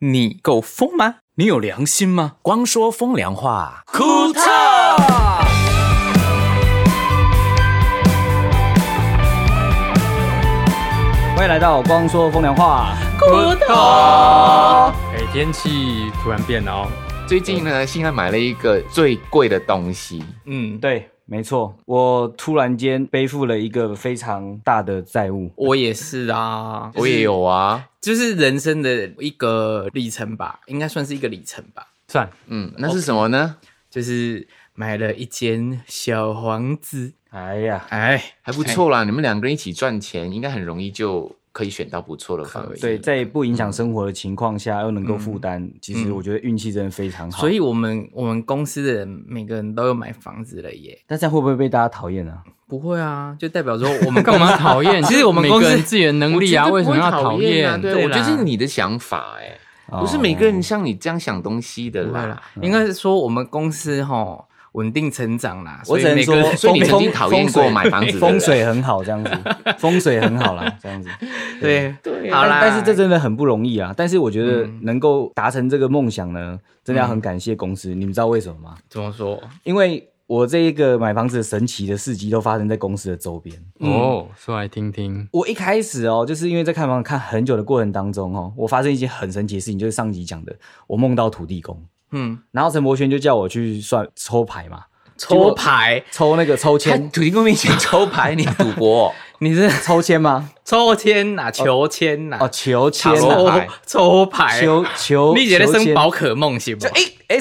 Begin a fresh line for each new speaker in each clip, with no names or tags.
你够疯吗？你有良心吗？
光说风凉话，
库特，
欢迎来到光说风凉话。
库特，
哎、天气突然变了哦，
最近呢，幸安买了一个最贵的东西，
嗯，
对，没错，我突然间背负了一个非常大的债务。
我也是啊，
我也有啊。
就是人生的一个里程吧，应该算是一个里程吧。
算
嗯，那是什么呢？
就是买了一间小房子，
哎呀，
哎，
还不错啦，你们两个人一起赚钱，应该很容易就可以选到不错的房
可以
子。
对，在不影响生活的情况下，又能够负担，其实我觉得运气真的非常好。
所，以我们我们公司的人每个人都有买房子了耶。
那这样会不会被大家讨厌啊？
不会啊，就代表说我们
干嘛讨 厌？
其实我们
每
公
个人
司
自己的能力啊，
我
为
觉
什
得
么
不会
要
讨
讨
厌啊
厌？
对，我觉
啦
得这是你的想法哎，
哦
不是每个人像你这样想东西的
不会啦
啦。，
应该是说我们公司哈稳定成长啦。
我
所以
只能
每个人
说
所以你
风
曾经讨厌过买房子的
风
人
水很好，这样子，风水很好啦，这样子。
对
对
好啦，
但是这真的很不容易啊！但是我觉得能够达成这个梦想呢，真的要很感谢公司。你们知道为什么吗？
怎么说？
因为我这一个买房子的神奇的事迹都发生在公司的周边。
哦，说来听听。
我一开始哦，就是因为在看房看很久的过程当中哦，我发生一件很神奇的事情，就是上集讲的，我梦到土地公，
嗯，
然后陈柏轩就叫我去算抽牌嘛，
抽牌，
抽那个抽
他
签，
土地公面前抽牌，你赌博哦
你是
抽签吗？
抽签呐、求签呐、
哦，求签
塔
啊
罗
抽
牌
抽牌，
求求，
你姐在
求
生
签
宝可梦是不？
哎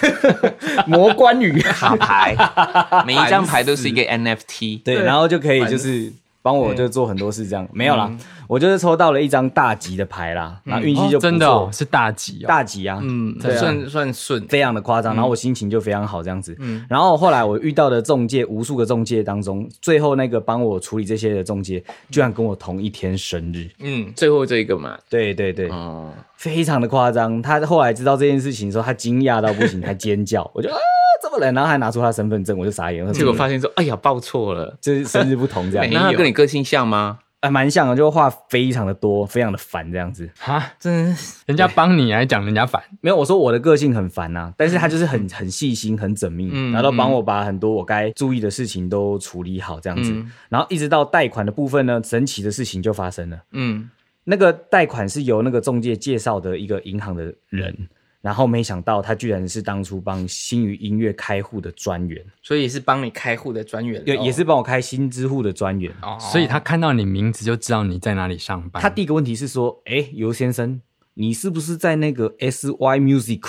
，SSR 魔关 羽。
卡牌，
啊
每一张牌都是一个 NFT。
对，
对
然后就可以就是帮我就做很多事，这样没有
嗯
啦，我就是抽到了一张大吉的牌啦，然后运气就不
哦真的哦
错，
是大吉哦，
大吉啊，
嗯，
对啊
算算顺，
非常的夸张，然后我心情就非常好这样子。然后后来我遇到的中介，无数个中介当中，最后那个帮我处理这些的中介，居然跟我同一天生日。
嗯，
最后这个嘛，
对对对，
哦，
非常的夸张。他后来知道这件事情的时候，他惊讶到不行，还尖叫。 我就啊，怎么了？然后还拿出他的身份证，我就傻眼。我
结
说嗯
果发现说，哎呀，报错了。
这是生日不同这样
没，有
那他跟你个性像吗？
还蛮像的，就话非常的多，非常的烦这样子。
哈，
真是
人家帮你还讲人家烦，
没有，我说我的个性很烦呐、但是他就是很很细心、很缜密，
嗯
然后都帮我把很多我该注意的事情都处理好，这样子。
嗯
然后一直到贷款的部分呢，神奇的事情就发生了。
嗯，
那个贷款是由那个中介介绍的一个银行的人，然后没想到他居然是当初帮新宇音乐开户的专员，
所以是帮你开户的专员，
也、也是帮我开新支户的专员。
哦，
所以他看到你名字就知道你在哪里上
嗯
班。
他第一个问题是说：“哎，尤先生，你是不是在那个 SY Music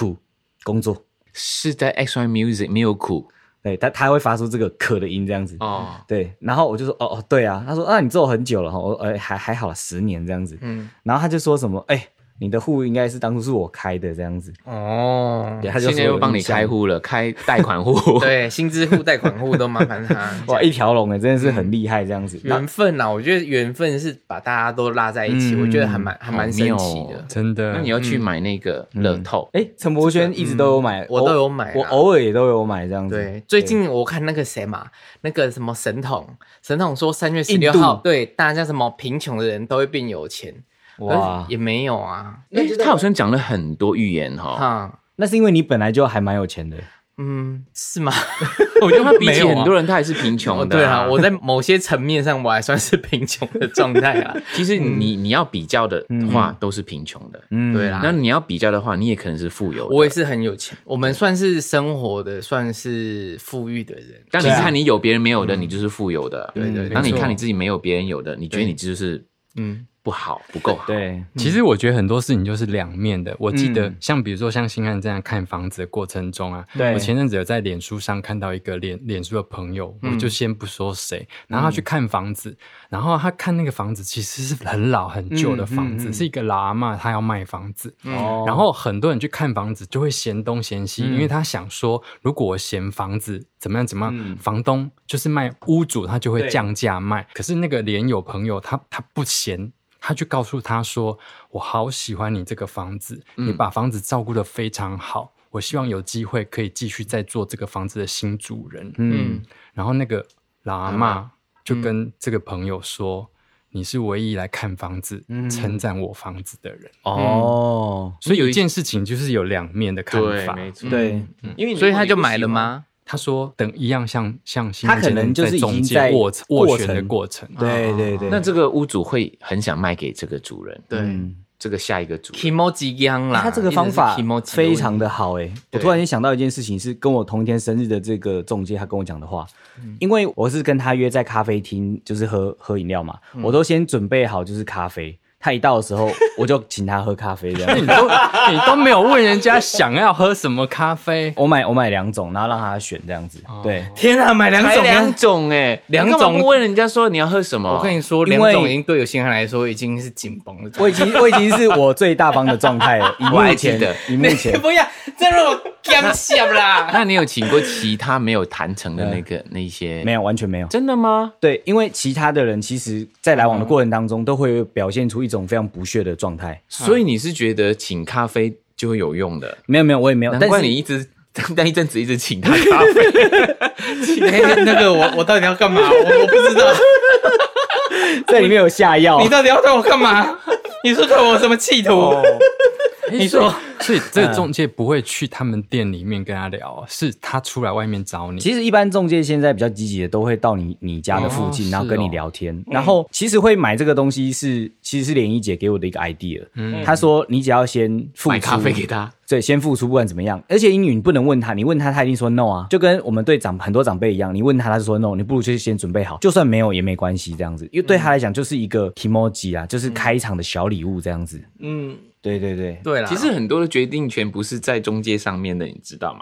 工作？”
是在 XY Music 没有苦
对他，他会发出这个“可”的音，这样子。
哦，
对，然后我就说，哦哦，对啊，他说，啊，你做很久了哈，我说哎还还好啦，十年这样子，
嗯，
然后他就说什么，哎，你的户应该是当初是我开的这样子，
哦，
对，他就
现
说
在又帮你开，户了，开贷款 户。
对，薪资户、贷款户都麻烦他，
嗯
哇，一条龙哎，真的是很厉害这样子，然
缘分呐、我觉得缘分是把大家都拉在一起，
嗯
我觉得还蛮还蛮神
好
奇
妙
的
哦。
真
那
的
你，要去买那个乐透，
哎，陈柏轩一直都有
嗯
买，
我都有买啊
我偶尔也都有买这样子，
对，最近我看那个谁嘛，那个什么神童，神童说三月十六
印度
号，对大家什么贫穷的人都会变有钱，可
哇
是，也没有啊，
哎，他好像讲了很多预言哈。
哈，
那是因为你本来就还蛮有钱的，
嗯，是吗？
我觉得他比
没
起
有啊
很多人，他还是贫穷的。
对啊，我在某些层面上我还算是贫穷的状态啊，
其实你你要比较的
嗯
话，都是贫穷的。
嗯
对啦
那你要比较的话，你也可能是富有的。
啊我也是很有钱，我们算是生活的，算是富裕的人，
当你看你有别人没有
嗯
的，你就是富有的。
对对对
当你
没错
看你自己没有别人有的，你觉得你就是
嗯，
不好，不够好。
对，
其实我觉得很多事情就是两面的。我记得像比如说像新汉这样看房子的过程中啊，
对
我前阵子有在脸书上看到一个脸脸书的朋友，我就先不说谁，然后他去看房子，然后他看那个房子其实是很老很旧的房子，是一个老阿嬷，她要卖房子，
哦
然后很多人去看房子就会嫌东嫌西，
嗯
因为他想说，如果我嫌房子怎么样怎么样，房东就是卖屋主他就会
嗯对
降价卖。可是那个连友朋友他他不嫌。他就告诉他说：“我好喜欢你这个房子，你
嗯
把房子照顾得非常好，我希望有机会可以继续再做这个房子的新主人。”
嗯
嗯，
然后那个老阿嬷就跟这个朋友说：“你你是唯一来看房子、
嗯
称赞我房子的人。
嗯
哦，
所以有一件事情就是有两面的看
对，
法。
没错，
对，
因为你
所以他就买了？吗？
他说等一样像像新
他可能就是已经
中
在
介斡
过
斡旋的
程
过程。
对对对，
那这个屋主会很想卖给这个主人，
对
嗯
这个下一个主人
k i m o j i 央啦，
他这个方法
一直是 kimoji
非常
的
的好诶、欸我
对
突然间想到一件事情，是跟我同一天生日的这个中介，他跟我讲的话，因为我是跟他约在咖啡厅，就是喝喝饮料嘛，我都先准备好就是咖啡，他一到的时候我就请他喝咖啡这样
你。都 你都没有问人家想要喝什么咖啡，
我买我买两种，然后让他选这样子，对，
问题。天啊，买两
还
种
两
啊！
种哎，
两
你干嘛
种
不问人家说你要喝什么？
我跟你说，
因为
两种已经对有心人来说已经是紧绷的状态。
我已经我已经是我最大方的状态了，以
我
目
还记得
前以目前
不要，这让我干笑啦！
那你有请过其他没有谈成的 那个那些？
没
有，
有完全没有。
真的
嗯
吗？
对，因为其他的人其实，在来往的过程当中，都会表现出一种非常不屑的状态。
所以你是觉得请咖啡就会有用的？
没有没有，我也没有。
难
但
怪
是
啊你一直 那一阵子一直请他咖 啡，
那个我我到底要干嘛？我我不知道，
这里面有下 药，
你到底要对我干嘛？ 你是对我什么企图？
哦
你说
所以
嗯
这个中介不会去他们店里面跟他聊，是他出来外面找你。
其实一般中介现在比较积极的，都会到你你家的附近，
哦
然后跟你
是哦
聊天。然后其实会买这个东西是，其实是莲姨姐给我的一个 idea。嗯，她说你只要先付出
买咖啡给，他。
对，先付出，不管怎么样。而且英语你不能问他，你问他他一定说 no 啊，就跟我们对长很多长辈一样，你问他他就说 no，你不如就先准备好，就算没有也没关系这样子，因为对他来讲就是一个 emoji 啊，就是开场的小礼物这样子。
嗯，
对对对，
对啦，
其实很多的决定权不是在中介上面的，你知道吗？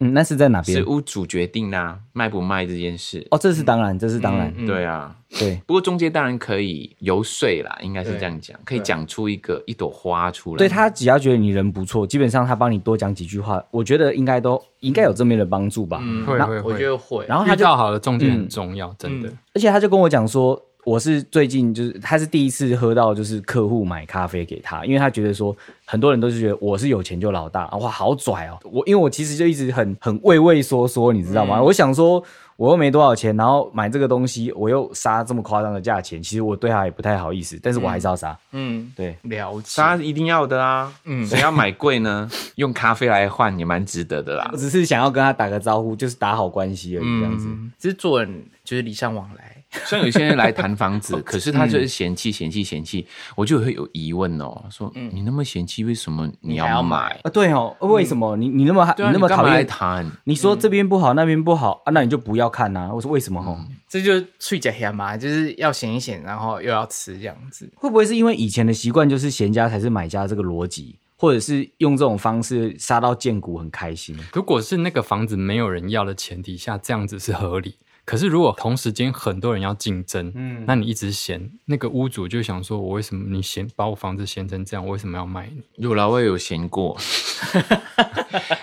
嗯，那是在哪边
是？屋主决定啦、卖不卖这件事。
哦，这是当然，这是当然，
对啊，
对。
不过中介当然可以游说啦，应该是这样讲，可以讲出一个一朵花出来。
对他只要觉得你人不错，基本上他帮你多讲几句话，我觉得应该都应该有正面的帮助吧。
嗯
会
那
会会，
我觉得会。
然后
遇
他就，
到好的中介很重要，真的。
嗯
而且他就跟我讲说，我是最近就是他是第一次喝到就是客户买咖啡给他，因为他觉得说很多人都是觉得我是有钱就老大，啊哇好拽哦。我因为我其实就一直很很畏畏缩缩，你知道吗？我想说。我又没多少钱，然后买这个东西，我又杀这么夸张的价钱，其实我对他也不太好意思，但是我还是要杀。
嗯，
对，
了解。
沙一定要的啊，
嗯
谁要买贵呢？用咖啡来换也蛮值得的啦
我。只是想要跟他打个招呼，就是打好关系而已，这样子。
嗯，只是做人就是礼尚往来。
像有些人来谈房 子，可是他就是嫌弃、嫌弃、嫌弃，我就会有疑问哦，说你那么嫌弃，为什么你
你还要
要买
买？
啊，对哦，
嗯
为什么、你你那么、
对啊，
那
你
么
干
讨
嘛来
厌？
谈？
你说这边不好，那边不好啊，那你就不要看呐、我说为什么吼？
这就是脆甲黑嘛，就是要显一显，然后又要吃这样子。
会不会是因为以前的习惯就是闲家才是买家这个逻辑，或者是用这种方式杀到见骨很开心？
如果是那个房子没有人要的前提下，这样子是合理。可是如果同时间很多人要竞争，嗯，那你一直嫌那个屋主就想说，我为什么你嫌把我房子嫌成这样，我为什么要卖你？
有啦，我也有闲 过。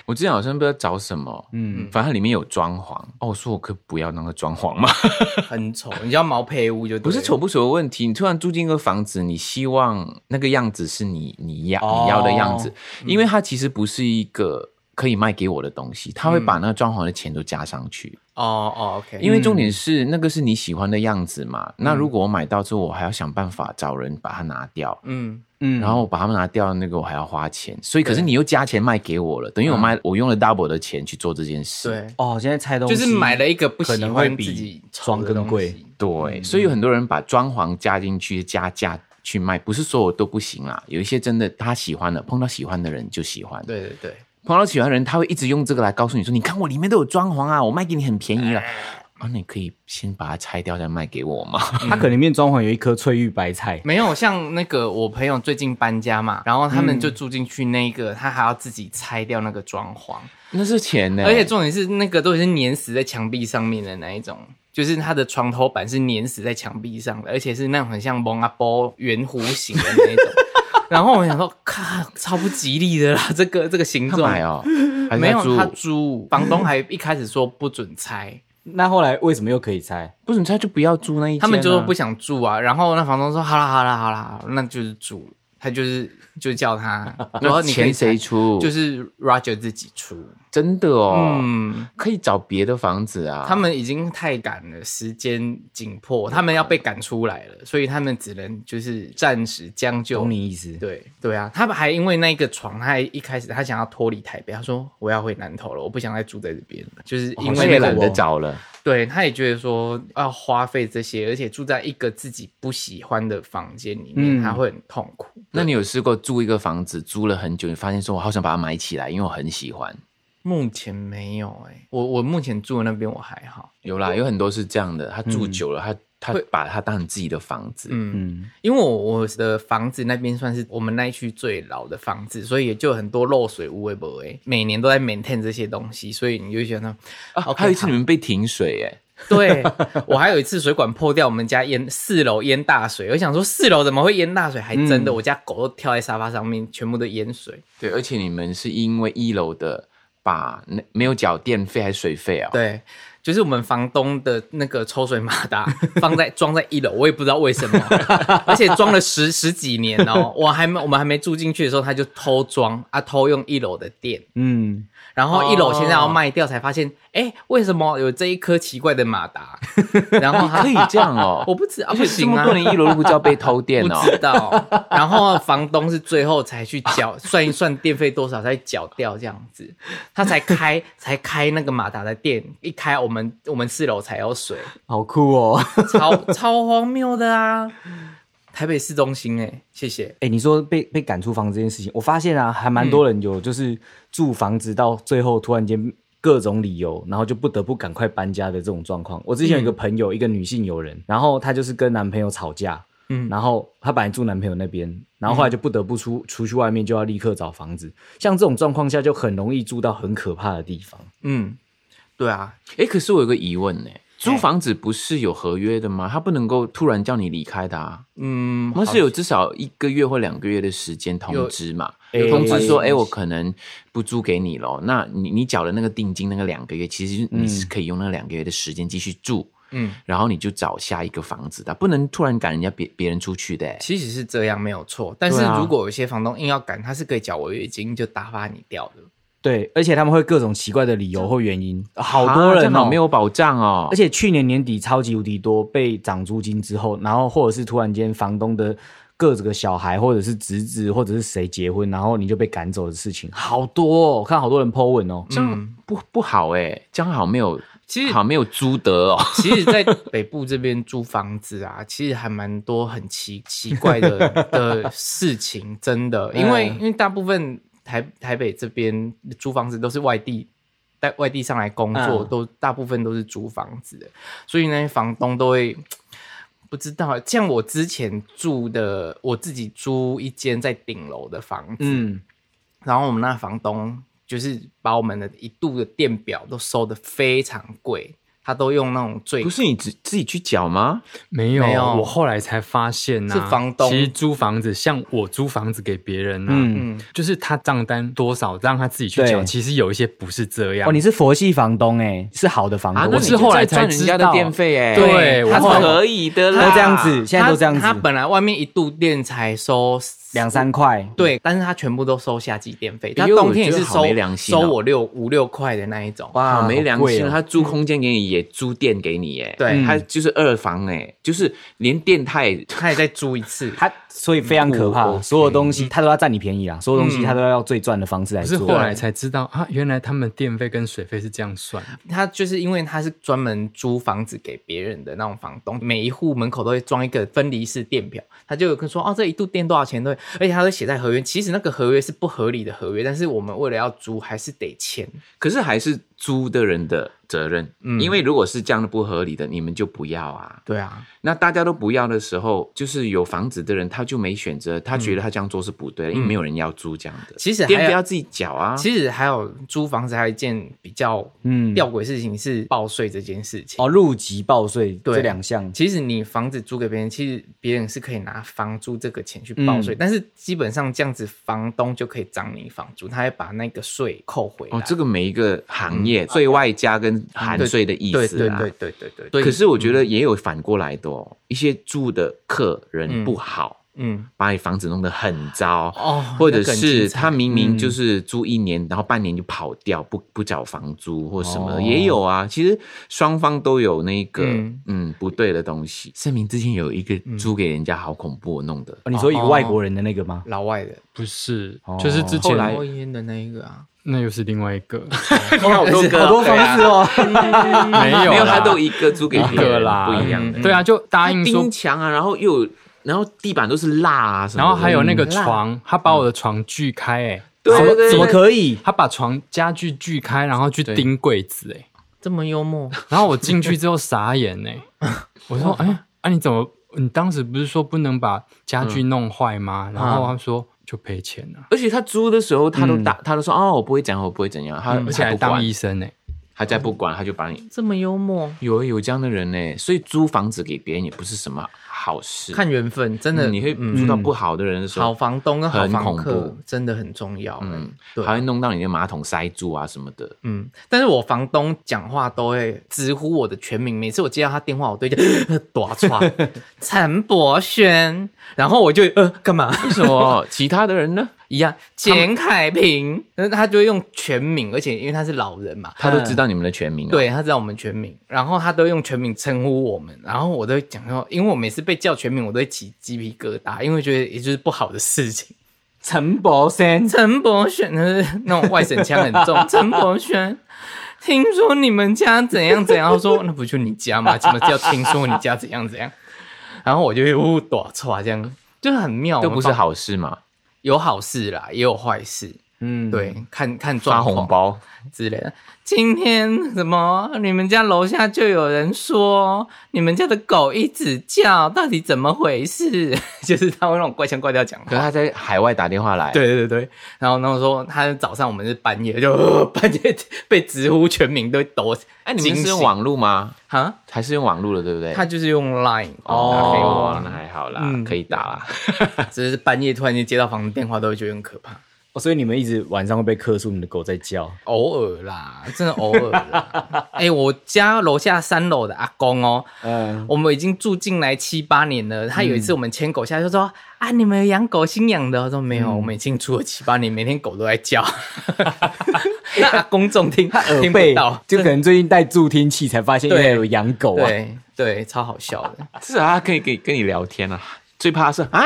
我之前好像不知道找什么，嗯，反正它里面有装潢。哦，我说我可以不要那个装潢吗？
很丑，你叫毛坯屋就对
不是
了
丑，不丑的问题，你突然住进一个房子，你希望那个样子是你你要你要的样子，因为它其实不是一个可以卖给我的东西，它会把那个装潢的钱都加上去。
哦哦，OK，
因为重点是那个是你喜欢的样子嘛。那如果我买到之后，我还要想办法找人把它拿掉。
嗯
嗯，
然后我把它们拿掉，那个我还要花钱，所以可是你又加钱卖给我了，等于我卖、我用了 double 的钱去做这件事。
嗯对，
哦，现在拆东
就
西
是买了一个不
可
喜
能会
欢
比
自己丑
装
的
更
东
贵。
西。嗯
对，所以有很多人把装潢加进去加价去卖，不是所有都不行啦，有一些真的他喜欢的，碰到喜欢的人就喜欢，
对对对，
碰到喜欢的人他会一直用这个来告诉你说，你看我里面都有装潢啊，我卖给你很便宜了。
哎
啊，你可以先把它拆掉再卖给我吗？
它可能里面装潢有一颗翠玉白菜，
没有像那个我朋友最近搬家嘛，然后他们
嗯
就住进去那个，他还要自己拆掉那个装潢，
那是钱呢、
而且重点是那个都已经粘死在墙壁上面的那一种。就是它的床头板是粘死在墙壁上的，而且是那种很像蒙阿波圆弧形的那 一种。然后我想说，靠，超不吉利的啦，这个这个形
他
状。
买 哦，还是
没有
租
他租，房东还一开始说不准拆，
那后来为什么又可以拆？
不准拆就不要租那一间啊、
他们就说不想住啊。然后那房东说好啦好啦好啦，那就是住。他就是就叫他， 然后
那
你可以
钱谁
猜？
出？
就是 Roger 自己出。
真的哦，
嗯，
可以找别的房子啊。
他们已经太赶了，时间紧
嗯
迫，他们要被赶出来了，所以他们只能就是暂时将就。
懂你意思。
对对啊，他们还因为那个床，他还一开始他想要脱离台北，他说我要回南投了，我不想再住在这边了，就是因
我
为
也
那个
懒得找了。
对，他也觉得说要花费这些，而且住在一个自己不喜欢的房间里面，
嗯
他会很痛苦。
那你有试过租一个房子，租了很久，你发现说我好想把它买起来，因为我很喜欢。
目前没有哎、我我目前住的那边我还好，
有啦，有很多是这样的，他住久了，他他
嗯会
把它当成自己的房子。
嗯，
嗯，
因为我我的房子那边算是我们那一区最老的房子，所以也就很多漏水无微不微，每年都在 maintain 这些东西，所以你就觉得
啊，
OK，
还有一次你们被停水 哎、
对我还有一次水管破掉，我们家淹四楼淹大水，我想说四楼怎么会淹大水？还真的，我家狗都跳在沙发上面，全部都淹水。
对，而且你们是因为一楼的把那没有缴电费还是水费啊、，
对，就是我们房东的那个抽水马 达放在装在一楼，我也不知道为什么，而且装了十十几年哦。我还没我们还没住进去的时候，他就偷装啊，偷用一楼的电，
嗯，
然后一楼现在
哦
要卖掉，才发现哎、诶为什么有这一颗奇怪的马达？ 然后他
可以这样哦、
我不知道、不
这
行
么
啊
多。人一楼都不知道被偷 电
不
哦、
知道，然后房东是最后才去 缴，算一算电费多少才缴掉这样子，他才 开才开那个马达的电，一开我们我们四楼才有水，
好酷哦。
超 超荒谬的啊！台北市中心哎、谢谢。
哎、你说被被赶出房子这件事情，我发现啊，还蛮多人有就是住房子到最后突然间各种理由，然后就不得不赶快搬家的这种状况。我之前有一个朋友，一个女性友人，然后她就是跟男朋友吵架，
嗯
然后她本来住男朋友那边，然后后来就不得不出出去外面，就要立刻找房子。像这种状况下，就很容易住到很可怕的地方。
嗯，对啊，
哎、可是我有个疑问呢、租房子不是有合约的吗？他不能够突然叫你离开的啊，
嗯，
我们
好
是有至少一个月或两个月的时间通
有
知嘛，
有
通知说，
诶
哎、我可能不租给你咯。那你你缴的那个定金那个两个月，其实你是可以用那两个月的时间继续住，
嗯，
然后你就找下一个房子的，不能突然赶人家别别人出去的、诶
其实是这样没有错，但是
对啊
如果有些房东硬要赶，他是可以缴违约金就打发你掉的。
对，而且他们会各种奇怪的理由或原因，好多
啊这
人
样
哦、
好没有保障哦，
而且去年年底超级无敌多被涨租金之后，然后或者是突然间房东的各个小孩，或者是侄子，或者是谁结婚，然后你就被赶走的事情，好多哦！我看好多人 po 文哦，
这样不不好哎、这样好没有，
其实
好没有租得哦。
其实，在北部这边租房子啊，其实还蛮多很奇奇 怪的的事情，真的，因为、
嗯
因为大部分台台北这边租房子都是外地。在外地上来工作，
嗯
都大部分都是租房子的，所以那些房东都会不知道。像我之前住的，我自己租一间在顶楼的房子，
嗯，
然后我们那房东就是把我们的一度的电表都收的非常贵，他都用那种最
不是你自自己去缴吗？
没有，
没有
我后来才发现呐、
是房东
其实租房子，像我租房子给别人呐、啊
嗯
就是他账单多少让他自己去缴，
对
其实有一些不是这样。
哦，你是佛系房东哎，是好的房东，
啊，
我
那
是
你就
后来
在
才
赚人
知
家的
道
电费哎、
对我
他
后
是
来
可以的啦，
都这样子，现在都这样
他。他
子，
本来外面一度电才收10
两三块，
对，但是他全部都收夏季电费，他
哎呦
冬天也
我
是
觉得
收
好没良心
收
哦
我六五六块的那一种。
哇
好没良
好贵
心
哦
哦！他租空间给你，也租电给你，耶。
对
他就是二房，哎，就是连电他也，
他也再租一次，
他嗯所以非常可
哦
怕，
，OK
所有东西他都要占你便宜啦，所有东西他都要最赚的方式来
可
做。
是后来才知道啊，原来他们电费跟水费是这样算的。
他就是因为他是专门租房子给别人的那种房东，每一户门口都会装一个分离式电表，他就有跟说哦，这一度电多少钱对，而且他都写在合约，其实那个合约是不合理的合约，但是我们为了要租还是得签。
可是还是租的人的责任，
嗯
因为如果是这样的不合理的，你们就不要啊。
对啊，
那大家都不要的时候，就是有房子的人他就没选择，他觉得他这样做是不对的，因为没有人要租这样的。
嗯其实还有
电费要自己缴啊。
其实还有租房子还有一件比较
嗯
吊诡的事情是报税这件事情。
哦，入籍报税
对
这两项，
其实你房子租给别人，其实别人是可以拿房租这个钱去报税，
嗯
但是基本上这样子，房东就可以涨你房租，他会把那个税扣回来。
哦，这个每一个行业税外加跟含税的意
嗯
思
对
啊。
对对嗯对对对对。
可是我觉得也有反过来的哦，一些住的客人不好，
嗯，
把你房子弄得很糟，
哦
或者
那个很精
是
彩
他明明
嗯
就是租一年，然后半年就跑掉，不不缴房租或什么
哦
的、也有啊。其实双方都有那个
嗯
嗯不对的东西。盛明之前有一个
嗯
租给人家，好恐怖、哦，弄的。
哦你说以外国人的那个吗？
老外的，
不是
哦，
就是之
后
前
来抽烟的那一个啊，
那又是另外一个，
好多
好多方式哦，
啊
没有啦
嗯没有，他都一个租给
一
别
个
人，
啦，
不一样的。
对啊，就答应说
钉墙啊，然后又有，然后地板都是蜡啊什么的，
然后还有那个
嗯蜡
床，他把我的床锯开、欸，哎，
对对对，
怎么可以？
他把床家具锯开，然后去钉柜子、欸，
这么幽默，
然后我进去之后傻眼、欸，我说，哎、啊你怎么，你当时不是说不能把家具弄坏吗？然后他说就赔钱了、
而且他租的时候，他都打，他都说哦，我不会讲，我不会怎样，他
嗯而且
嗯
还
不
嗯当
管，
医生呢、欸
他再不管，他就把你
这么幽默，
有有这样的人呢，所以租房子给别人也不是什么好事。
看缘分，真的
嗯你会租到不好的人的时
好
候，
房东跟好
很
房
恐
客
怖
真的很重要。嗯
嗯，，
对
还会弄到你的马桶塞住啊什么的。
嗯，但是我房东讲话都会直呼我的全名，每次我接到他电话，我都会躲 窗，陈柏轩，然后我就呃干嘛？
为什么哦其他的人呢？
一样，简凯平，但是他就会用全名，而且因为他是老人嘛，
他都知道你们的全名、啊，，
对他知道我们全名，然后他都用全名称呼我们，然后我都会讲说，因为我每次被叫全名，我都会起鸡皮疙瘩，因为觉得也就是不好的事情。
陈柏森，
陈柏轩，那种外省腔很重。 陈柏轩，听说你们家怎样怎样，我说那不就你家吗？ 怎么叫听说你家怎样怎样？然后我就会呜躲出啊来，这样就是很妙。
都不是
我们
好事嘛。
有好事啦，也有坏事。
嗯，
对，看看
发
状况
红包，
之类的。今天怎么你们家楼下就有人说你们家的狗一直叫，到底怎么回事？ 就是他会那种怪腔怪调讲
可是
话。
他在海外打电话来，，
对对对，然后然后说他早上我们是半夜就、呃 半夜被直呼全名都抖，
哎，你们
惊
是用
醒
网络吗？
哈，
还是用网络的，对不对？
他就是用 Line 打给我
哦，那
啊，
还好啦，
嗯
可以打啦。
只是半夜突然间接到房东电话都会觉得很可怕，
哦所以你们一直晚上会被客诉，你的狗在叫。
偶尔啦，真的偶尔啦。哎、我家楼下三楼的阿公哦，
嗯，
我们已经住进来七八年了。他有一次我们牵狗下，就说、啊，你们有养狗新养的哦？我说没有，我们已经住了七八年，每天狗都在叫。 那阿公众听听
耳
不
背
到，
呃就可能最近带助听器才发现原来
对
有养狗啊。
对对，超好笑的。
是啊，可以可以跟你聊天啊。最怕是啊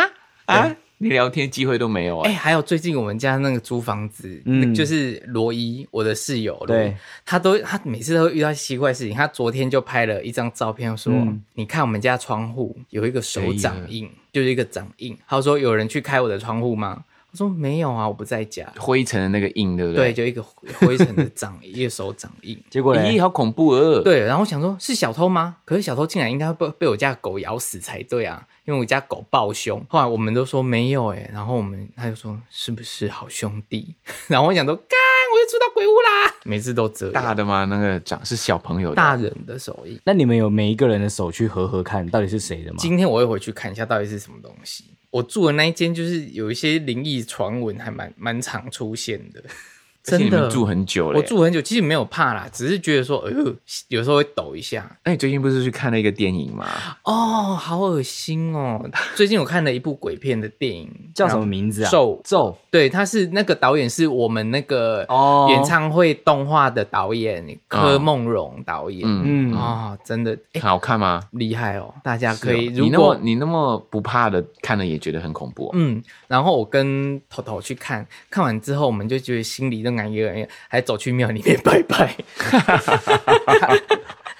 啊，你聊天机会都没有
哎、
哎、
还有最近我们家那个租房子，
嗯
那就是罗伊，我的室友，
对
罗伊，他都他每次都会遇到奇怪的事情。他昨天就拍了一张照片说，
嗯
你看我们家窗户有一个手掌
谁呀
印，就是一个掌印。他说有人去开我的窗户吗？我说没有啊，我不在家。
灰尘的那个印，对不
对，
对？
就一个灰灰尘的掌， 一个手掌印。
结果嘞
咦，好恐怖哦！，
对，然后我想说，是小偷吗？可是小偷进来应该会被被我家狗咬死才对啊，因为我家狗暴凶。后来我们都说没有哎、然后我们他就说是不是好兄弟？ 然后我想说，干，我又住到鬼屋啦！每次都这样，
大的吗？那个掌是小朋友的，
啊大人的手印。
那你们有每一个人的手去合合看，到底是谁的吗？
今天我会回去看一下到底是什么东西。我住的那一间就是有一些灵异传闻，还蛮蛮常出现的。
而且
真
你
的
们住很久了。
我，住很久，其实没有怕啦，只是觉得说，哎呦，有时候会抖一下，
那你最近不是去看了一个电影吗？
哦，好恶心哦！ 最近我看了一部鬼片的电影，
叫什么名字啊？
咒
咒
对，他是那个导演是我们那个
哦
演唱会动画的导演、柯梦荣导演。嗯
嗯，
啊、
嗯，
真的哎
好看吗？
厉害哦！大家可以，
是哦
如
你那
果
么你那么不怕的，看了也觉得很恐怖哦、
嗯，然后我跟头头去看，看完之后我们就觉得心里都感觉，还走去庙里面拜拜。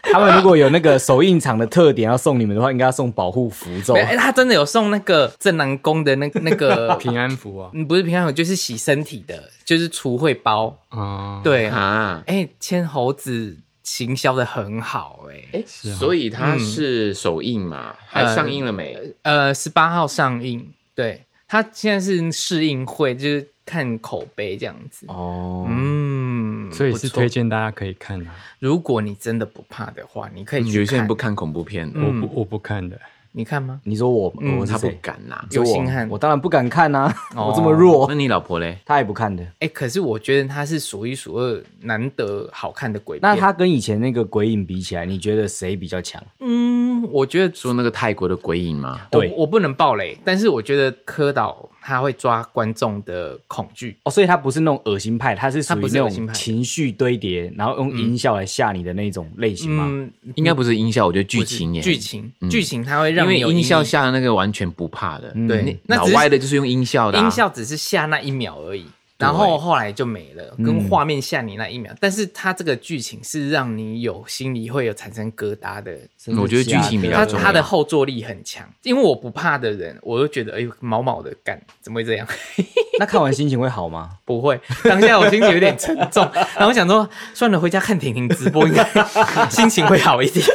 他们如果有那个首映场的特点要送你们的话，应该要送保护符 咒
没。哎、他真的有送那个正南宫的那那个
平安符啊，
嗯，不是平安符，就是洗身体的，就是除秽包。
啊、
对，
啊，
哎、牵猴子行销的很好、哎、嗯
哎、所以它是首映嘛，还上映了没？
呃，十八号上映，对，它现在是试映会，就是看口碑这样子。
哦，
嗯，
所以
不
是
错
推。荐大家可以看的、啊，
如果你真的不怕的话，你可以去看。
有些人不看恐怖片，
我
我
嗯
不我不看的，
你看吗？
你说我，
嗯
我是
他不
谁？
敢啦、
你说我
有心汉
我当然不敢看呐，
哦
我这么弱
那，你老婆嘞？
他也不看的。
哎、可是我觉得它是数一数二难得好看的鬼片。
那他跟以前那个鬼影比起来，你觉得谁比较强？
嗯，我觉得
说那个泰国的鬼影吗？
我
对
我不能爆雷，但是我觉得柯导他会抓观众的恐惧。
哦，所以它不是那种恶心派，它是属于
它
那
不是恶心
种
派
情绪堆叠，然后用音效来吓你的那种类型吗？
嗯，
应该不是音效，我觉得剧情也
剧，情
嗯
剧情它会
因
让
为
你有
音效
阴影
下的那个完全不怕的，
对
你
那
脑
只是
歪的就是用音效的啊，
音效只是下那一秒而已，然后后来就没了，跟画面下你那一秒。但是它这个剧情是让你有心里会有产生疙瘩的，
真的
我觉得
假的
剧情比较
它
重要
它的后坐力很强。因为我不怕的人，我就觉得哎呦毛毛的干，怎么会这样？
那看完心情会好吗？
不会，当下我心情有点沉重，然后我想说算了，回家看婷婷直播应该 心情会好一点。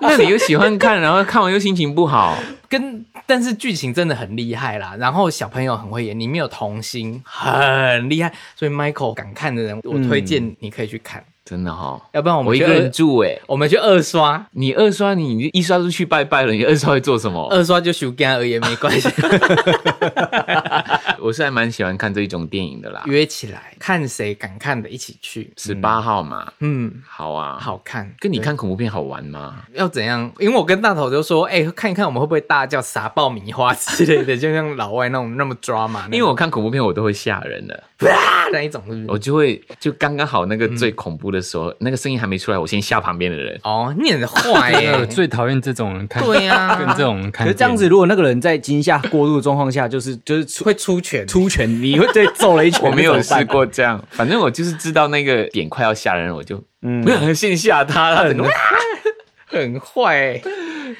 那你又喜欢看，然后看完又心情不好，
跟但是剧情真的很厉害啦，然后小朋友很会演，里面有童星，很厉害，所以 Michael 敢看的人，我推荐你可以去看，
真的哈。
要不然我
嗯我
们
一
去
个人
二，
住哎，
我们去二刷，
你二刷你你一刷就去拜拜了，你二刷会做什 么？
二刷就修干而言没关系，
我是还蛮喜欢看这一种电影的啦。
约起来看谁敢看的一起去，
十八号嘛，
嗯，
好啊，，
好看，
跟你看恐怖片好玩吗？
要怎样？因为我跟大头就说，哎、看一看我们会不会大叫撒爆米花之类的，就 像老外那种那么抓嘛，
因为我看恐怖片我都会吓人的，
啪那一种是不
我
是？
就会就刚刚好那个最恐怖的时候，那个声音还没出来，我先吓旁边 的人。
哦，你很坏欸耶、
我呃最讨厌这种人看，
对
啊
呀
跟这种人
可
看，
是这样子，，如果那个人在惊吓过度的状况下，就是就是出
会出拳。
出拳，你会对揍了一拳，
我没有
那怎么
试
办
过这样，反正我就是知道那个点快要吓人，我就
嗯
嗯先吓他了。整个
很坏、欸，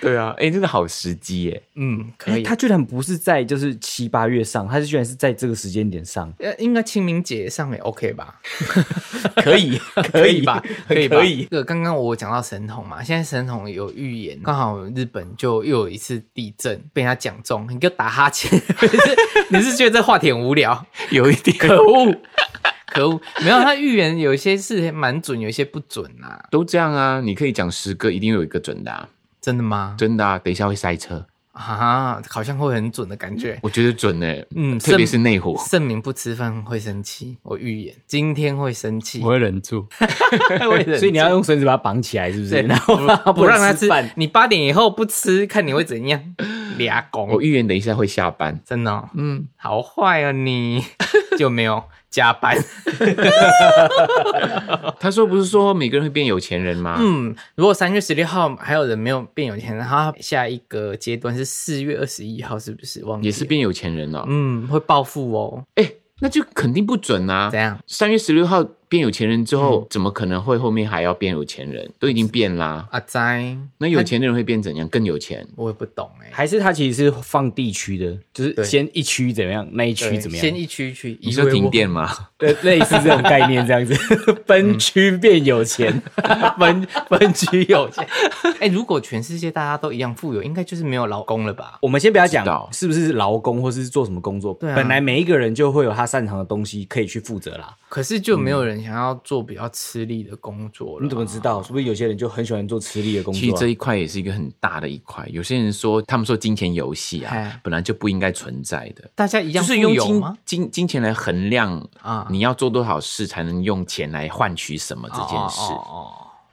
对啊，哎，这个好时机耶，
嗯，可
诶
以。
他居然不是在就是七八月上，他是居然是在这个时间点上，
呃，应该清明节上也 OK 吧？
可 以
可以吧？可以吧？
可以。
这个刚刚我讲到神童嘛，现在神童有预言，刚好日本就又有一次地震被他讲中，你给我打哈欠， 你是觉得这话题很无聊？
有一点
可恶，可恶！没有，他预言有些是蛮准，有些不准啊。
都这样啊，你可以讲十个，一定有一个准的、啊，
真的吗？
真的啊。等一下会塞车，
啊，好像会很准的感觉。
我觉得准呢、
嗯
特别是内湖。
盛明不吃饭会生气，我预言今天会生气。
我会忍住。
所以你要用绳子把它绑起来，是不是？
对
然后
他哦不让他
能
吃
饭，
你八点以后不吃，看你会怎 样？俩
我
公，
预言等一下会下班，
真的哦、
嗯，
好坏哦你， 就没有加班。
他说不是说每个人会变有钱人吗？
哦嗯，如果三月十六号还有人没有变有钱，然后下一个阶段是四月二十一号，是不是？忘记
也是
了，
变有钱人哦。
嗯，会暴富哦。
哎、那就肯定不准啊
怎。样？
三月十六号变有钱人之后，
嗯
怎么可能会后面还要变有钱人？都已经变啦。
阿斋，
那有钱的人会变怎样？更有钱？
我也不懂哎、
还是他其实是放地区的，就是先一区怎么样，那一区
对
怎么样，
先一区一区，
你
以
说
为
停
我
电吗？
对，类似这种概念这样 子，
嗯
分区变有钱，
分分区有钱。哎、如果全世界大家都一样富有，应该就是没有劳工了吧？
我们先不要
知道
讲是不是劳工或是做什么工作，
对啊
本来每一个人就会有他擅长的东西可以去负责啦。
可是就没有人想要做比较吃力的工作了。
你怎么知道？是不是有些人就很喜欢做吃力的工
啊其实
作啊、
这一块也是一个很大的一块。有些人说，他们说金钱游戏啊
嗨，
本来就不应该存在的。
大家一
就
样
是
富
用
有
金
吗？
金金钱来衡量
啊
你要做多少事才能用钱来换取什么这件事，
哦哦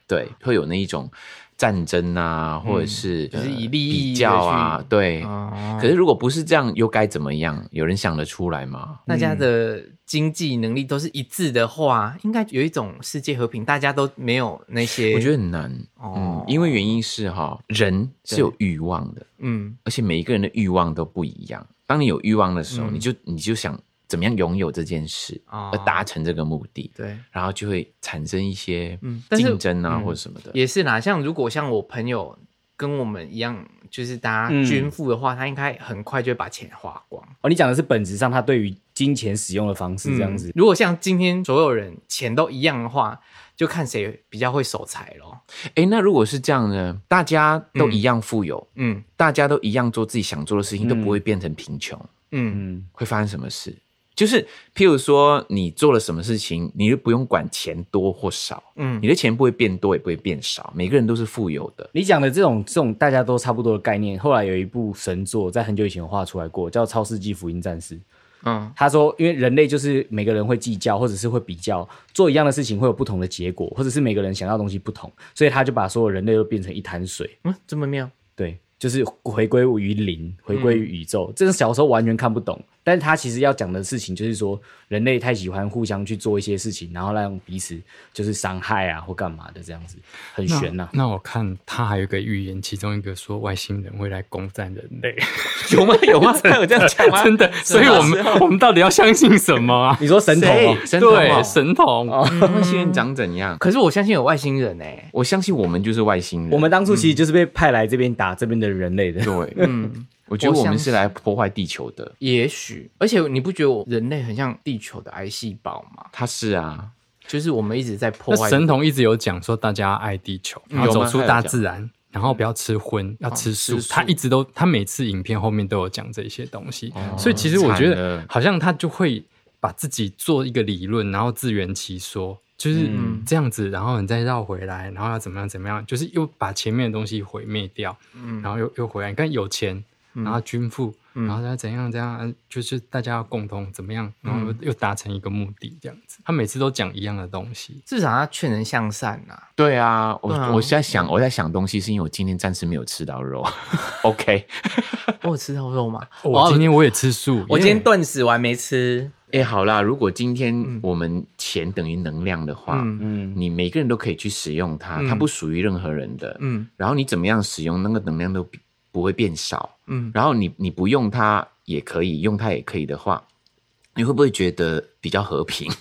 对，会有那一种战争啊，或者是
嗯就是
呃
以利益
比较啊
去，
对
哦。哦
可是如果不是这样，又该怎么样？有人想得出来吗？
大家的经济能力都是一致的话，应该有一种世界和平，大家都没有那些。
我觉得很难，嗯
哦，
因为原因是哈，人是有欲望的，
嗯，
而且每一个人的欲望都不一样。当你有欲望的时候，你就你就想怎么样拥有这件事，
嗯哦
而达成这个目的，
对，
然后就会产生一些
嗯但是
竞争啊
嗯
或者什么的。
也是啦。像如果像我朋友跟我们一样，就是大家
嗯
均富的话，他应该很快就会把钱花光。
哦，你讲的是本质上他对于金钱使用的方式这样子。
嗯如果像今天所有人钱都一样的话，就看谁比较会守财咯。
诶，那如果是这样呢？大家都一样富有，
嗯
大家都一样做自己想做的事情，都不会变成贫穷。
嗯
嗯，
会发生什么事？就是譬如说，你做了什么事情，你就不用管钱多或少，
嗯
你的钱不会变多，也不会变少，每个人都是富有的。
你讲的这种这种大家都差不多的概念，后来有一部神作在很久以前有画出来过，叫《超世纪福音战士》。
嗯，
他说，因为人类就是每个人会计较，或者是会比较，做一样的事情会有不同的结果，或者是每个人想要的东西不同，所以他就把所有人类都变成一滩水。
嗯，这么妙。
对，就是回归于零，回归于宇宙。这个小时候完全看不懂，但是他其实要讲的事情就是说，人类太喜欢互相去做一些事情，然后让彼此就是伤害啊或干嘛的这样子，很悬呐、
那我看他还有一个预言，其中一个说外星人会来攻占人类，
有吗？有吗？他有这样讲吗？
真的。 所以我们我们到底要相信什 么啊？
你说神童、
谁
哦，
神童
对，
哦
神童，
外星人长怎样？
可是我相信有外星人哎、
我相信我们就是外星人。
我们当初其实就是被派来这边打这边的人类的。
对，
嗯，
我觉得我
我相
们
信
是来破坏地球的。
也许，而且你不觉得我人类很像地球的癌细胞吗？
他是啊，
就是我们一直在破
那
坏。
神童一直有讲说，大家要爱地球，然后
有吗
走出大自然，然后不要吃荤，要吃素。
吃素
他一直都，他每次影片后面都有讲这些东
哦
西，哦所以其实我
惨
觉
了
得，好像他就会把自己做一个理论，然后自圆其说，就是
嗯
这样子，然后你再绕回来，然后要怎么样怎么样，就是又把前面的东西毁灭掉，
嗯
然后又又回来。你看有钱，然后军富，
嗯
然后再怎样怎样，呃就是大家要共同怎么样，然后又又达成一个目的这样子。他每次都讲一样的东西。
至少他劝人向善呐、
对啊，我
对
嗯
啊
我现在想我在想东西，是因为我今天暂时没有吃到肉。OK，
我有哦吃到肉吗？
我今
天
天我也吃素，
我今天
耶
断食，我还没吃。
哎，好啦，如果今天我们钱等于能量的话，
嗯
嗯，
你每个人都可以去使用它，
嗯
它不属于任何人的。
嗯
然后你怎么样使用那个能量都比不会变少。
嗯，
然后你你不用它也可以，用它也可以的话，你会不会觉得比较和 平？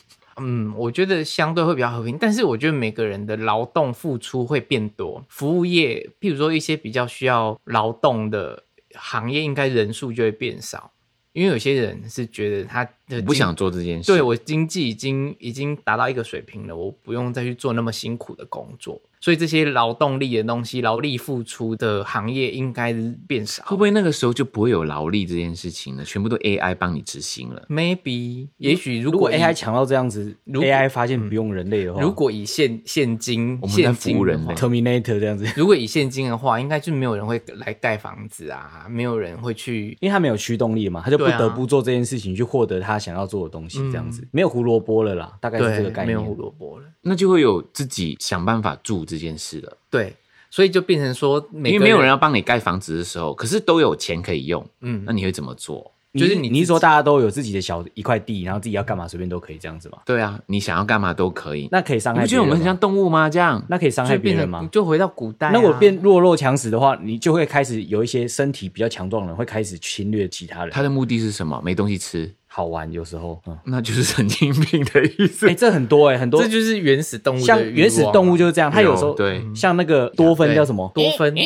嗯，我觉得相对会比较和平，但是我觉得每个人的劳动付出会变多。服务业，譬如说一些比较需要劳动的行业，应该人数就会变少，因为有些人是觉得他的
我
经
不想做这件事。
对我经济已经已经达到一个水平了，我不用再去做那么辛苦的工作，所以这些劳动力的东西、劳力付出的行业应该是变少。
会不会那个时候就不会有劳力这件事情了？全部都 AI 帮你执行了。
Maybe，也许如
如果
果以
AI 强到这样子
如果
，AI 发现不用人类的话，
如果以现现金，
我们在
现
服
金
务
的
人
话
类
Terminator 这样子，
如果以现金的话，应该就没有人会来盖房子啊，没有人会去。
因为他没有驱动力嘛，他就不
对啊嗯
得不做这件事情去获得他想要做的东西，这样子、没有胡萝卜了啦，大概是这个
对，
概
没
念
有。胡萝卜了。
那就会有自己想办法住这件事了，
对，所以就变成说每个，
因为没有人要帮你盖房子的时候，可是都有钱可以用，
嗯
那，你会怎么做？
就是
你
你
你是
自
说
己
大家都有自己的小一块地，然后自己要干嘛随便都可以这样子嘛？
对啊，你想要干嘛都可以。
那可以伤
你
害
不
别
觉
人
得我们
吗
很像动物吗？这样，
那可以伤害
就
别
变
人
成
吗？
就回到古代、啊。
那我变弱肉强食的话，你就会开始有一些身体比较强壮的人会开始侵略其他人，
它的目的是什么？没东西吃，
好玩有时候。嗯，
那就是神经病的意
哎、
思。
这很多哎、很多
这就是原始动物的
像
欲望
原始动物
啊
就是这样，它有时候
对
像那个多芬叫什么？
多酚、
哎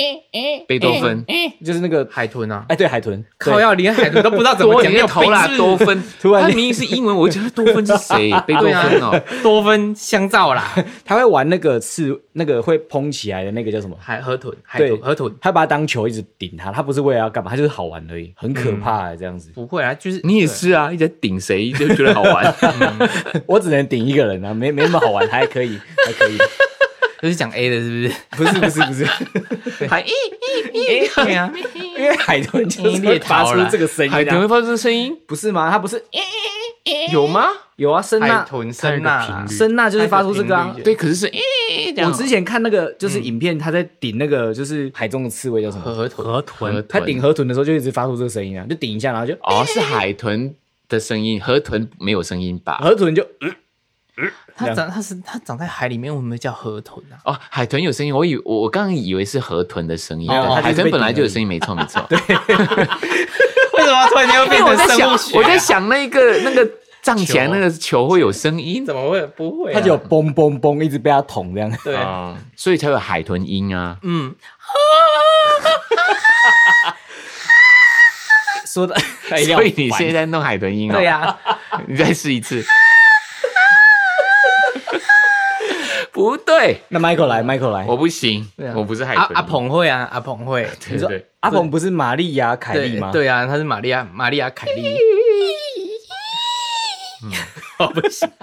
贝多芬，
就是那个
海豚啊
哎、，对海豚，
靠要连海豚都不知道怎么
多
讲，
你
你有
的头啦，
病是不
多
是
芬，
哎 突然啊
它明明是英文，我讲多芬是 谁？贝多芬 哦，
啊多芬香皂啦，
他会玩那个刺，那个会蓬起来的那个叫什么？
海河豚，海
对，
豚河豚
他把它当球一直顶它，他不是为了要干嘛，他就是好玩而已，很可怕、
嗯
欸这样子。
不会啊，就是
你也是啊，一直在顶谁就觉得好 玩。
嗯我只能顶一个人啊，没没那么好玩，还可以， 还可以。
就是讲 A 的，是不是？哎
不是不是不是，
还咦
对啊，
因为海豚就是
猎
会发
逃
出
啦
这个声音、啊，
海豚会发出声音？
不是吗？它不是
有吗？
有啊，声
海
呐
豚啊声呐啦，
声呐就是发出这个
它
啊
有频率。
对，可是是咦这样
我之前看那个就是影片，他在顶那个就是海中的刺猬叫什么？
嗯
河豚，
河豚，
他顶河豚的时候就一直发出这个声音啊，就顶一下，然后就
哦，是海豚的声音，河豚没有声音吧？
河豚就
哎
它长它是它长在海里面，为什么叫河豚啊？
哦，海豚有声音，我以我我刚刚以为是河豚的声音，
哦它就是
但海豚
被
本来
顶
就有
而已
声音，没错没 错。
为什么突然间又变
因为我在
成生
想
物学，啊？
我在想那个那个胀起来
球
那个球会有声音，
怎么会不会啊？
它就有嘣嘣嘣一直被它捅这样。
对，
啊，所以才有海豚音啊。
嗯，
说的，
所以你现在在弄海豚音啊？
哎对呀，
你再试一次。 不对，
那 Michael 来，Michael 来
我，不行
对啊，
我不是海
阿
豚音。
阿鹏会啊，阿鹏会，
对，对对，
阿鹏不是玛丽亚凯莉
对
吗？，
对啊，他是玛利亚玛利亚凯莉，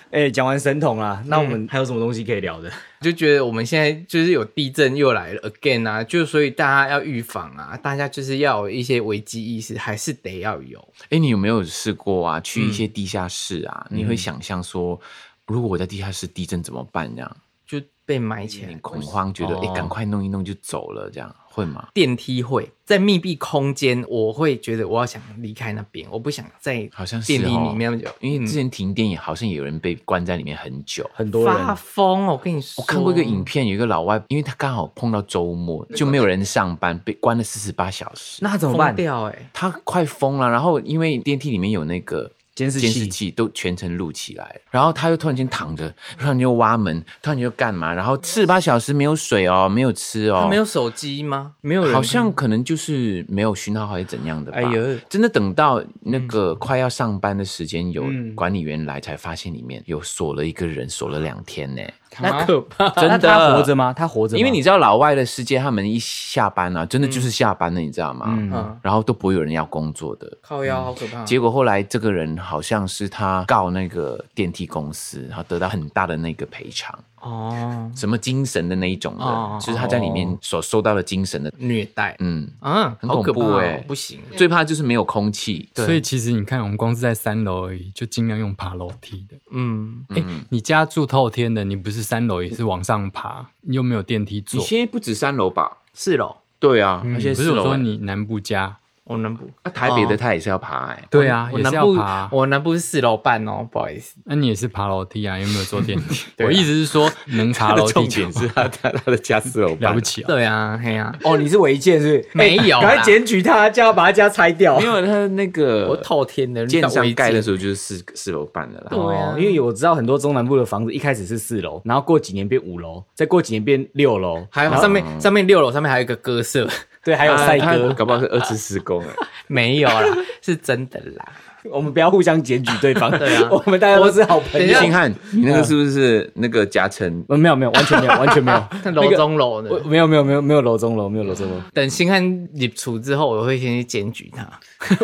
哎，讲完神童
嗯
啦，那我们还有什么东西可以聊的？
就觉得我们现在就是有地震又来了 again 啊，就所以大家要预防啊，大家就是要有一些危机意识，还是得要有。
哎，你有没有试过啊？去一些
嗯
地下室啊，你会想象说，如果我在地下室地震怎么办？这样
就被埋起
有点
来。
恐慌，觉得
哦
哎，赶快弄一弄就走了这样。会吗？
电梯会在密闭空间，我会觉得我要想离开那边，我不想在
好像是
电梯
哦
里面那么久，
因为
嗯
之前停电也好像有人被关在里面很久。
很多人
发疯哦。我跟你说，
我看过一个影，片，有一个老外，因为他刚好碰到周末，就没有人上班，被关了四十八小时。
那他怎么
疯
办？
掉哎、
他快疯了，然后因为电梯里面有那个
监视器
监视器都全程录起来，然后他又突然间躺着，突然间又挖门，突然间又干嘛，然后四十八小时没有水哦，没有吃哦，嗯
他没有手机吗？没有人，
好像可能就是没有讯号还是怎样的吧。
哎呦
真的等到那个快要上班的时间，有
嗯
管理员来才发现里面有锁了一个人，锁了两天呢。
那
可怕！
真
那
的
他活着吗？他活着吗，
因为你知道老外的世界，他们一下班啊，真的
嗯
就是下班了，你知道吗？
嗯
然后都不会有人要工作的。
靠腰好可
啊
怕。
嗯结果后来这个人好像是他告那个电梯公司，然后得到很大的那个赔偿，
哦，
什么精神的那一种的，
哦
就是他在里面所受到的精神的，
虐待，
嗯，
啊，
很
好可怕
恐怖
哦、
欸
不行。
嗯
最怕就是没有空气，对
所以其实你看，我们光是在三楼而已，就尽量用爬楼梯的。
嗯，
哎、你家住透天的，你不是三楼也是往上爬，你又没有电梯
你
坐。
现在不止三楼吧？
是咯，
对啊，而
嗯不
且
是
四
我
楼
说
欸、
你哦南部家，
我南部，
啊台北的他也是要爬哎、
对啊，
我
也
南
是要
部
爬，。
我南部是四楼半哦，不好意思。
那、你也是爬楼梯啊？有没有坐电 梯？
对啊
我意思 是说，能爬楼梯就
他他 他的家四楼
了不，起啊！
对啊，哎嘿呀、
哦，你是违建是不是？
没有啦
赶快检举他，叫他把他家拆掉
没。有他那个
我透天的
建商盖的时
候，
候就是四四楼半的啦。
对啊
哦，因为我知道很多中南部的房子一开始是四楼，然后过几年变五楼，再过几年变六楼，
还有
然后
上面上面六楼上面还有一个鸽舍，
对，还有赛
啊他
鸽。
搞不好是二次施工哎。
没有 啦，是真的啦。
我们不要互相检举对方，
对啊
我们大家都是好朋
等一
友
下。
星汉，你那个是不是那个夹层？
呃没有没有，完全没有，完全没有。
那楼中楼的，
我没有没有没有没有楼中楼，没有楼中楼。
等星汉你处之后，我会先去检举他。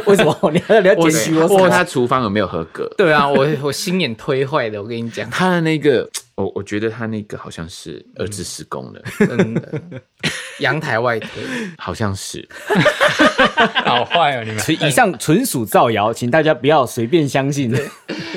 为什么你要你要检举我什
我
么？
看他厨房有没有合格？，
对啊，我我心眼推坏的，我跟你讲
他的那个，我我觉得他那个好像是二次施工的，
真的，阳台外推。
好像是。
好坏哦，你们。
以上纯属造谣，请大家不要随便相信。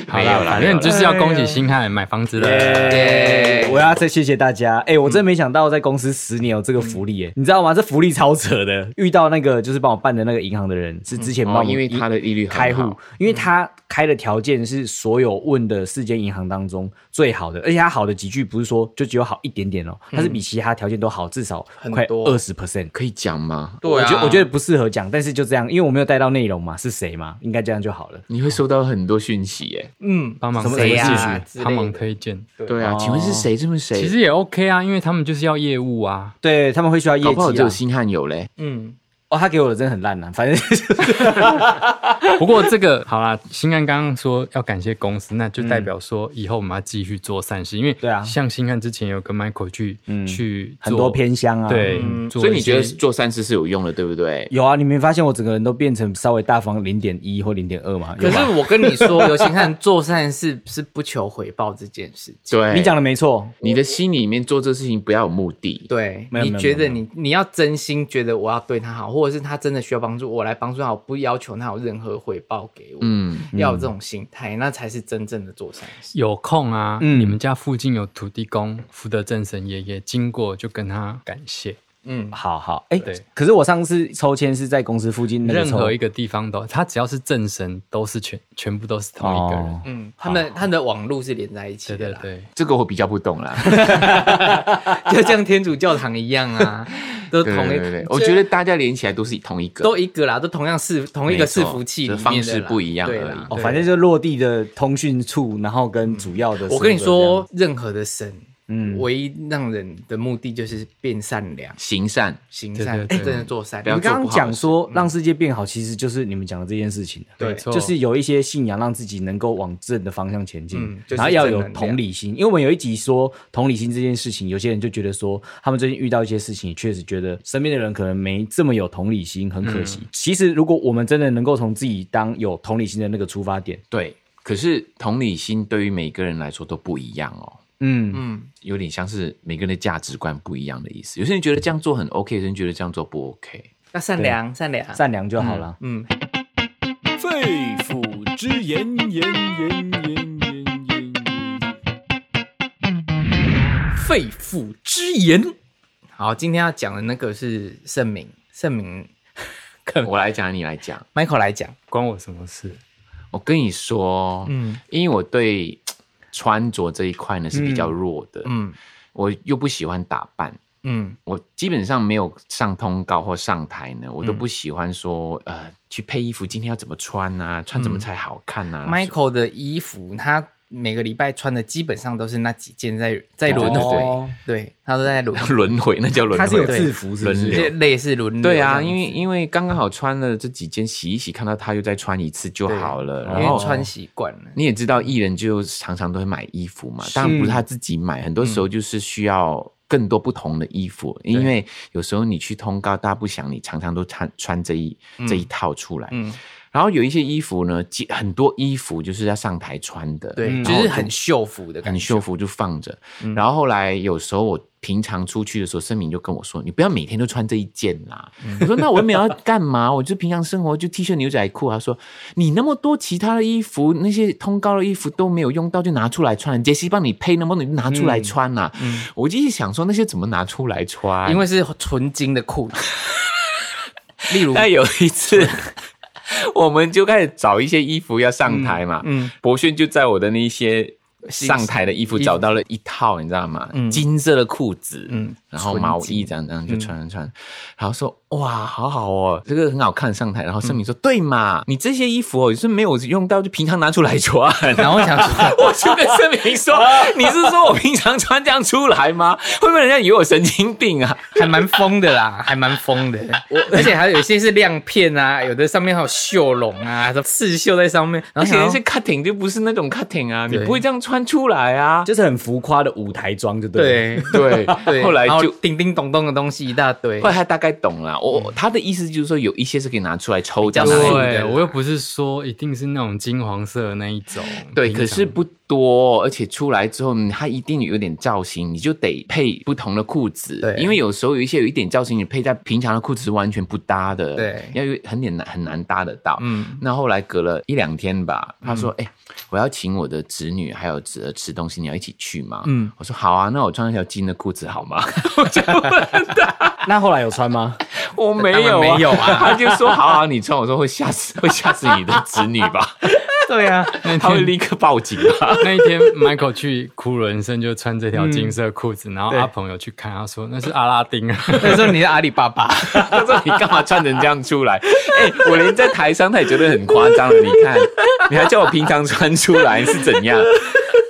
好
没有
啦，
啦
反
没有
正
啦
就是要恭喜星汉买房子了。
耶
我要再谢谢大家。哎、我真没想到在公司十年有这个福利、哎、你知道吗？这福利超扯的。遇到那个就是帮我办的那个银行的人，是之前帮我
哦，
们
因为他的利率很好
开户，因为他开的条件是所有问的四间银行当中最好的，而且他好的几句不是说就只有好一点点哦，他是比其他条件都好至少快
很多
二十 percent。
可以讲吗？
对
我
啊，
觉得我觉得不适合讲，但是就这样，因为我没有带到内容嘛，是谁嘛，应该这样就好了。
你会收到很多讯息耶。
嗯，
帮忙
什么啊
推
谁
荐
呀之类的
帮忙推荐，
对啊，请问是谁？这么谁？
其实也 OK 啊，因为他们就是要业务啊。
对他们会需要业
搞不好只
绩
有
啊。
星汉有嘞。
嗯，
哦，他给我的真的很烂呐、反正 就是
不过这个好啦，新安刚刚说要感谢公司，那就代表说以后我们要继续做善事，因为
嗯对啊嗯
像新安之前有跟 Michael 去、去
很多
做
偏乡啊。
对，做
所以
一
你
些
觉得做善事是有用的，对不对？
有啊，你没发现我整个人都变成稍微大方零点一或零点二吗？有
可是
吧
我跟你说，刘星汉做善事是不求回报这件事情。
对，
你讲的没错，
你的心里面做这事情不要有目的。
对，
没有
你
没有
觉
没
得
有
你你要真心觉得我要对他好，或者是他真的需要帮助，我来帮助他，我不要求他有任何回报给我，
嗯，
要有这种心态，那才是真正的做善事。
有空啊，
嗯
你们家附近有土地公福德正神爷爷经过，就跟他感谢。
嗯，
好好，哎、
对
可是我上次抽签是在公司附近那个
任
抽，
何一个地方都，他只要是正神，都是全全部都是同一个人。
哦
嗯，他们他们的网路是连在一起
对
的
对
啦，
对，
这个我比较不懂 啦。
就像天主教堂一样啊，都
对
同
对
一，
对对，我觉得大家连起来都是同一个，
都一个啦，都同样是同一个
没错
伺服器里面的
方
啦
式不一样
对
而已
啦
哦，
对
反正就落地的通讯处，然后跟主要的、
我跟你，说，任何的神，
嗯
唯一让人的目的就是变善良、
行善。
行
对
善，哎
对对
真的做善。
你
不要
们
做
刚
不
刚
好的
讲说让世界变好，其实就是你们讲的这件事情，
对
没错，
就是有一些信仰让自己能够往正的方向前进，
嗯就是
然后要
正
有
能量
同理心，因为我们有一集说同理心这件事情，有些人就觉得说他们最近遇到一些事情，确实觉得身边的人可能没这么有同理心，很可惜。其实如果我们真的能够从自己当有同理心的那个出发点，
对，可是同理心对于每个人来说都不一样哦，
嗯，
嗯，
有点像是每个人的价值观不一样的意思。有些人觉得这样做很 OK，有些人觉得这样做不 OK。
要善良，善良，
善良就好了。
嗯，
肺腑之言，言言言言言言。
肺腑之言。好，今天要讲的那个是盛明，盛明可能
我来讲，你来讲。
Michael 来讲，
关我什么事？
我跟你说，
嗯
因为我对穿着这一块呢是比较弱的，
嗯
我又不喜欢打扮，
嗯
我基本上没有上通告或上台呢，我都不喜欢说、呃去配衣服，今天要怎么穿啊，穿怎么才好看啊。
，Michael 的衣服他。每个礼拜穿的基本上都是那几件在在轮
对对
回，
对
对他都在轮，
轮回那叫轮回，
哦他是有制服是不
轮
类
流
是？
类似轮流
对
这
啊，
样
因为
子
因为刚刚好穿了这几件，洗一洗，看到他又再穿一次就
对
好了。
因
然
为
后
穿习惯了，
你也知道，艺人就常常都会买衣服嘛，当然不是他自己买，很多时候就是需要更多不同的衣服，因为有时候你去通告，大家不想你常常都穿穿这一这一套出来。
嗯，
然后有一些衣服呢，几很多衣服就是要上台穿的，
对，
然
就
后
是很秀服的感
哦很
觉，嗯
秀服就放着。然后后来有时候我平常出去的时候，盛明就跟我说：“你不要每天都穿这一件啦。”
嗯
我说：“那我没有要干嘛？ 我就平常生活就 T 恤、牛仔裤。”他说：“你那么多其他的衣服，那些通告的衣服都没有用到，就拿出来穿。杰西帮你配那么多，你就拿出来穿啦、
嗯
我就一直想说那些怎么拿出来穿？啊
因为是纯金的裤子。例如，
但有一次， 我们就开始找一些衣服要上台嘛。
嗯
嗯，博轩就在我的那些
新
上台的衣服
衣服
找到了一套，你知道吗？金色的裤子，
嗯
嗯，然后毛衣这样这样就穿穿穿，然后说哇，好好哦，这个很好看上台。然后盛明说，对嘛，你这些衣服哦，就是没有用到，就平常拿出来穿。
然后我想说，
我就跟盛 明说：“你是说我平常穿这样出来吗？会不会人家以为我神经病啊？”
还蛮疯的啦，还蛮疯的。而且还有一些是亮片啊，有的上面还有袖笼啊，什么刺绣在上面。然
而
后
且
想说
那些 cutting 就不哎是那种 cutting 啊，你
对
不会这样穿出来啊。
就是很浮夸的舞台装，就对了。
对
对
对，
后来
然
就。
叮叮咚咚的东西一大堆
后。来他大概懂了，我、他的意思就是说，有一些是可以拿出来抽奖
比较素
的，
嗯对
对，我又不是说一定是那种金黄色的那一种。
对，
平
可
常
是不多，而且出来之后，嗯它一定有点造型，你就得配不同的裤子，
对
因为有时候有一些有一点造型，你配在平常的裤子是完全不搭的，
对
要有很点难很难搭得到。
嗯
那后来隔了一两天吧，他说：“哎、我要请我的侄女还有侄儿吃东西，你要一起去吗？”
嗯，
我说：“好啊，那我穿那条金的裤子好吗？”
那后来有穿 吗？
我没有、啊，
当然没有啊
他就说：“好好，你穿。”我说：“会吓死， 会吓死你的子女 吧？
对啊，
他会立刻报警吧
那一天，Michael 去骷髅人生就穿这条金色裤子，然后
对
阿朋友去看，他说那是阿拉丁啊。
那时候你是阿里巴巴，？”
他说：“你干嘛穿成这样出来？”哎、我连在台上他也觉得很夸张了。你看，你还叫我平常穿出来是怎样？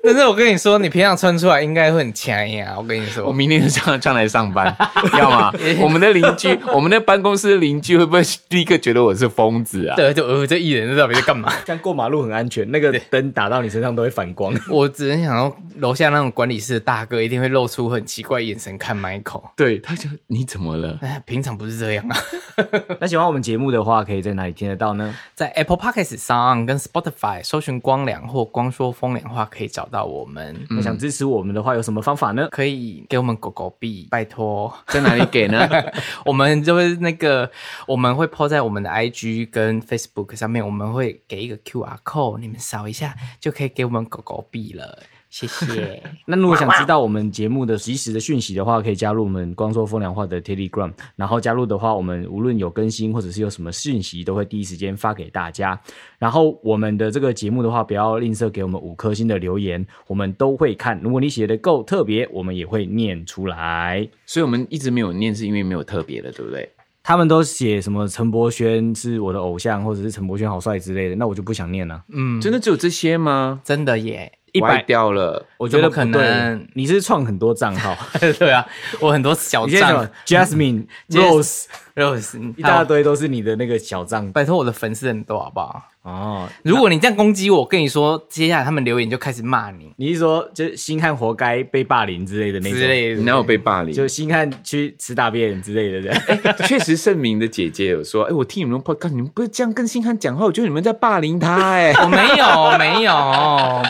但是我跟你说，你平常穿出来应该会很强呀。我跟你
我
说，
明天就这样穿来上班， 要吗？我们的邻居， 我们的办公室的邻居会不会立刻觉得我是疯子啊？
对，就呃，这艺人到底在干嘛？
像过马路很安全，那个灯打到你身上都会反光。
我只能想到楼下那种管理室的大哥一定会露出很奇怪的眼神看 Michael。
对，他就你怎么了？
哎，平常不是这样啊，
那喜欢我们节目的话，可以在哪里听得到呢？
在 Apple Podcast 上跟 Spotify 搜寻“光良”或“光说风凉话”可以找到我们。
那想支持我们的话，有什么方法呢？
可以给我们狗狗币，拜托。
在哪里给呢？
我们就是那个，我们会 po 在我们的 IG 跟 Facebook 上面，我们会给一个 QR code，你们扫一下就可以给我们狗狗币了，谢谢。
那如果想知道我们节目的及时的讯息的话，可以加入我们“光说风凉话”的 Telegram。然后加入的话，我们无论有更新或者是有什么讯息，都会第一时间发给大家。然后我们的这个节目的话，不要吝啬给我们五颗星的留言，我们都会看。如果你写的够特别，我们也会念出来。
所以我们一直没有念，是因为没有特别的，对不对？
他们都写什么陈柏轩是我的偶像，或者是陈柏轩好帅之类的，那我就不想念了。
嗯，
真的只有这些吗？
真的耶，
歪掉了。
我觉得
怎么
不对
可能
你是创很多账 号，
对啊，我很多小
你现在什么
账
Jasmine、Rose
，Rose
一大
好
堆都是你的那个小账
拜托我的粉丝很多好不好？
哦。
如果你这样攻击我，我跟你说，接下来他们留言就开始骂你
你是说就是星汉活该被霸凌之类的那种？
之类
你
的。
哪有被霸凌？
就星汉去吃大便之类的 对
哎
不对？
确实，盛明的姐姐有说：“哎、我听你们 podcast，你们不是这样跟星汉讲话，我觉得你们在霸凌他、哎，
我哦没有，没有，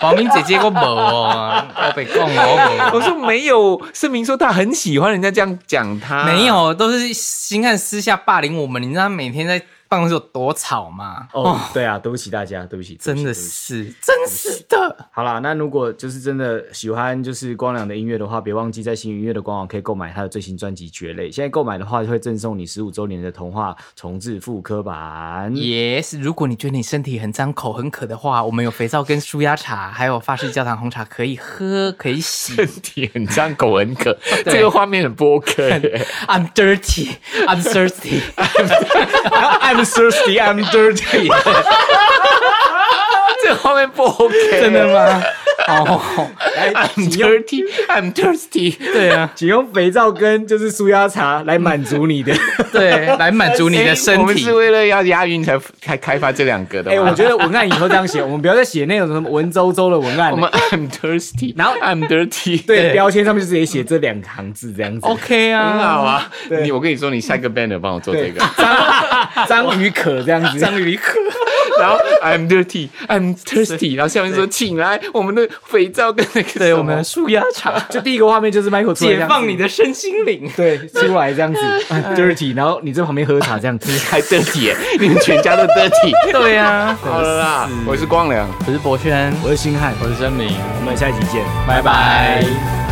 宝明姐姐我没哦，我被供我
我说没有，盛明说他
啊
很喜欢人家这样讲他，
没，有，都是星汉私下霸凌我们。你知道他每天在办公室有多吵嘛？
哦，对啊，对不起大家，对不起，对不
真
起对不
的
起
是，真是的。
好啦，那如果就是真的喜欢就是光良的音乐的话，别忘记在新音乐的官网可以购买他的最新专辑《蕨类》。现在购买的话，就会赠送你十五周年的童话重置复刻 版。
Yes，如果你觉得你身体很脏、口很渴的话，我们有肥皂跟舒压茶，还有法式焦糖红茶可以喝，可以 洗。
体很脏，狗很渴，这个画面很不 OK 欸。
I'm dirty, I'm thirsty。
I'm thirsty, I'm dirty
这个画面不 OK，
真的吗？哦，
来。
？I'm dirty, I'm thirsty。
对啊，
请用肥皂跟就是舒压茶来满足你的。
对，啊来满足你的身
哎我们
体
是。为了要押韵才才开发这两个的
哎、
吗。
我觉得文案以后这样写，我们不要再写那种什么文绉绉的文案
我
了。
们 I'm thirsty，
然后
I'm dirty，
对，标签上面就直接写这两行字这样子。
OK
很
啊，
好啊。你我跟你说，你下一个 banner 帮我做这个，
章鱼可这样子，
章鱼壳。
然后 I'm dirty，I'm thirsty，然后下面说请来我们的肥皂跟那个
对，
什么
我们的舒压 茶，
就第一个画面就是 Michael 出来这
解
样子
放你哎的身心灵。
对，出来 这样子啊，dirty，然后你在旁边喝茶这样子。
还 dirty，耶你们全家都 dirty。
对 啊，
好了啦，我是光良。
我是博轩，
我是星汉，
我是真明。
我们下一集见。
拜拜。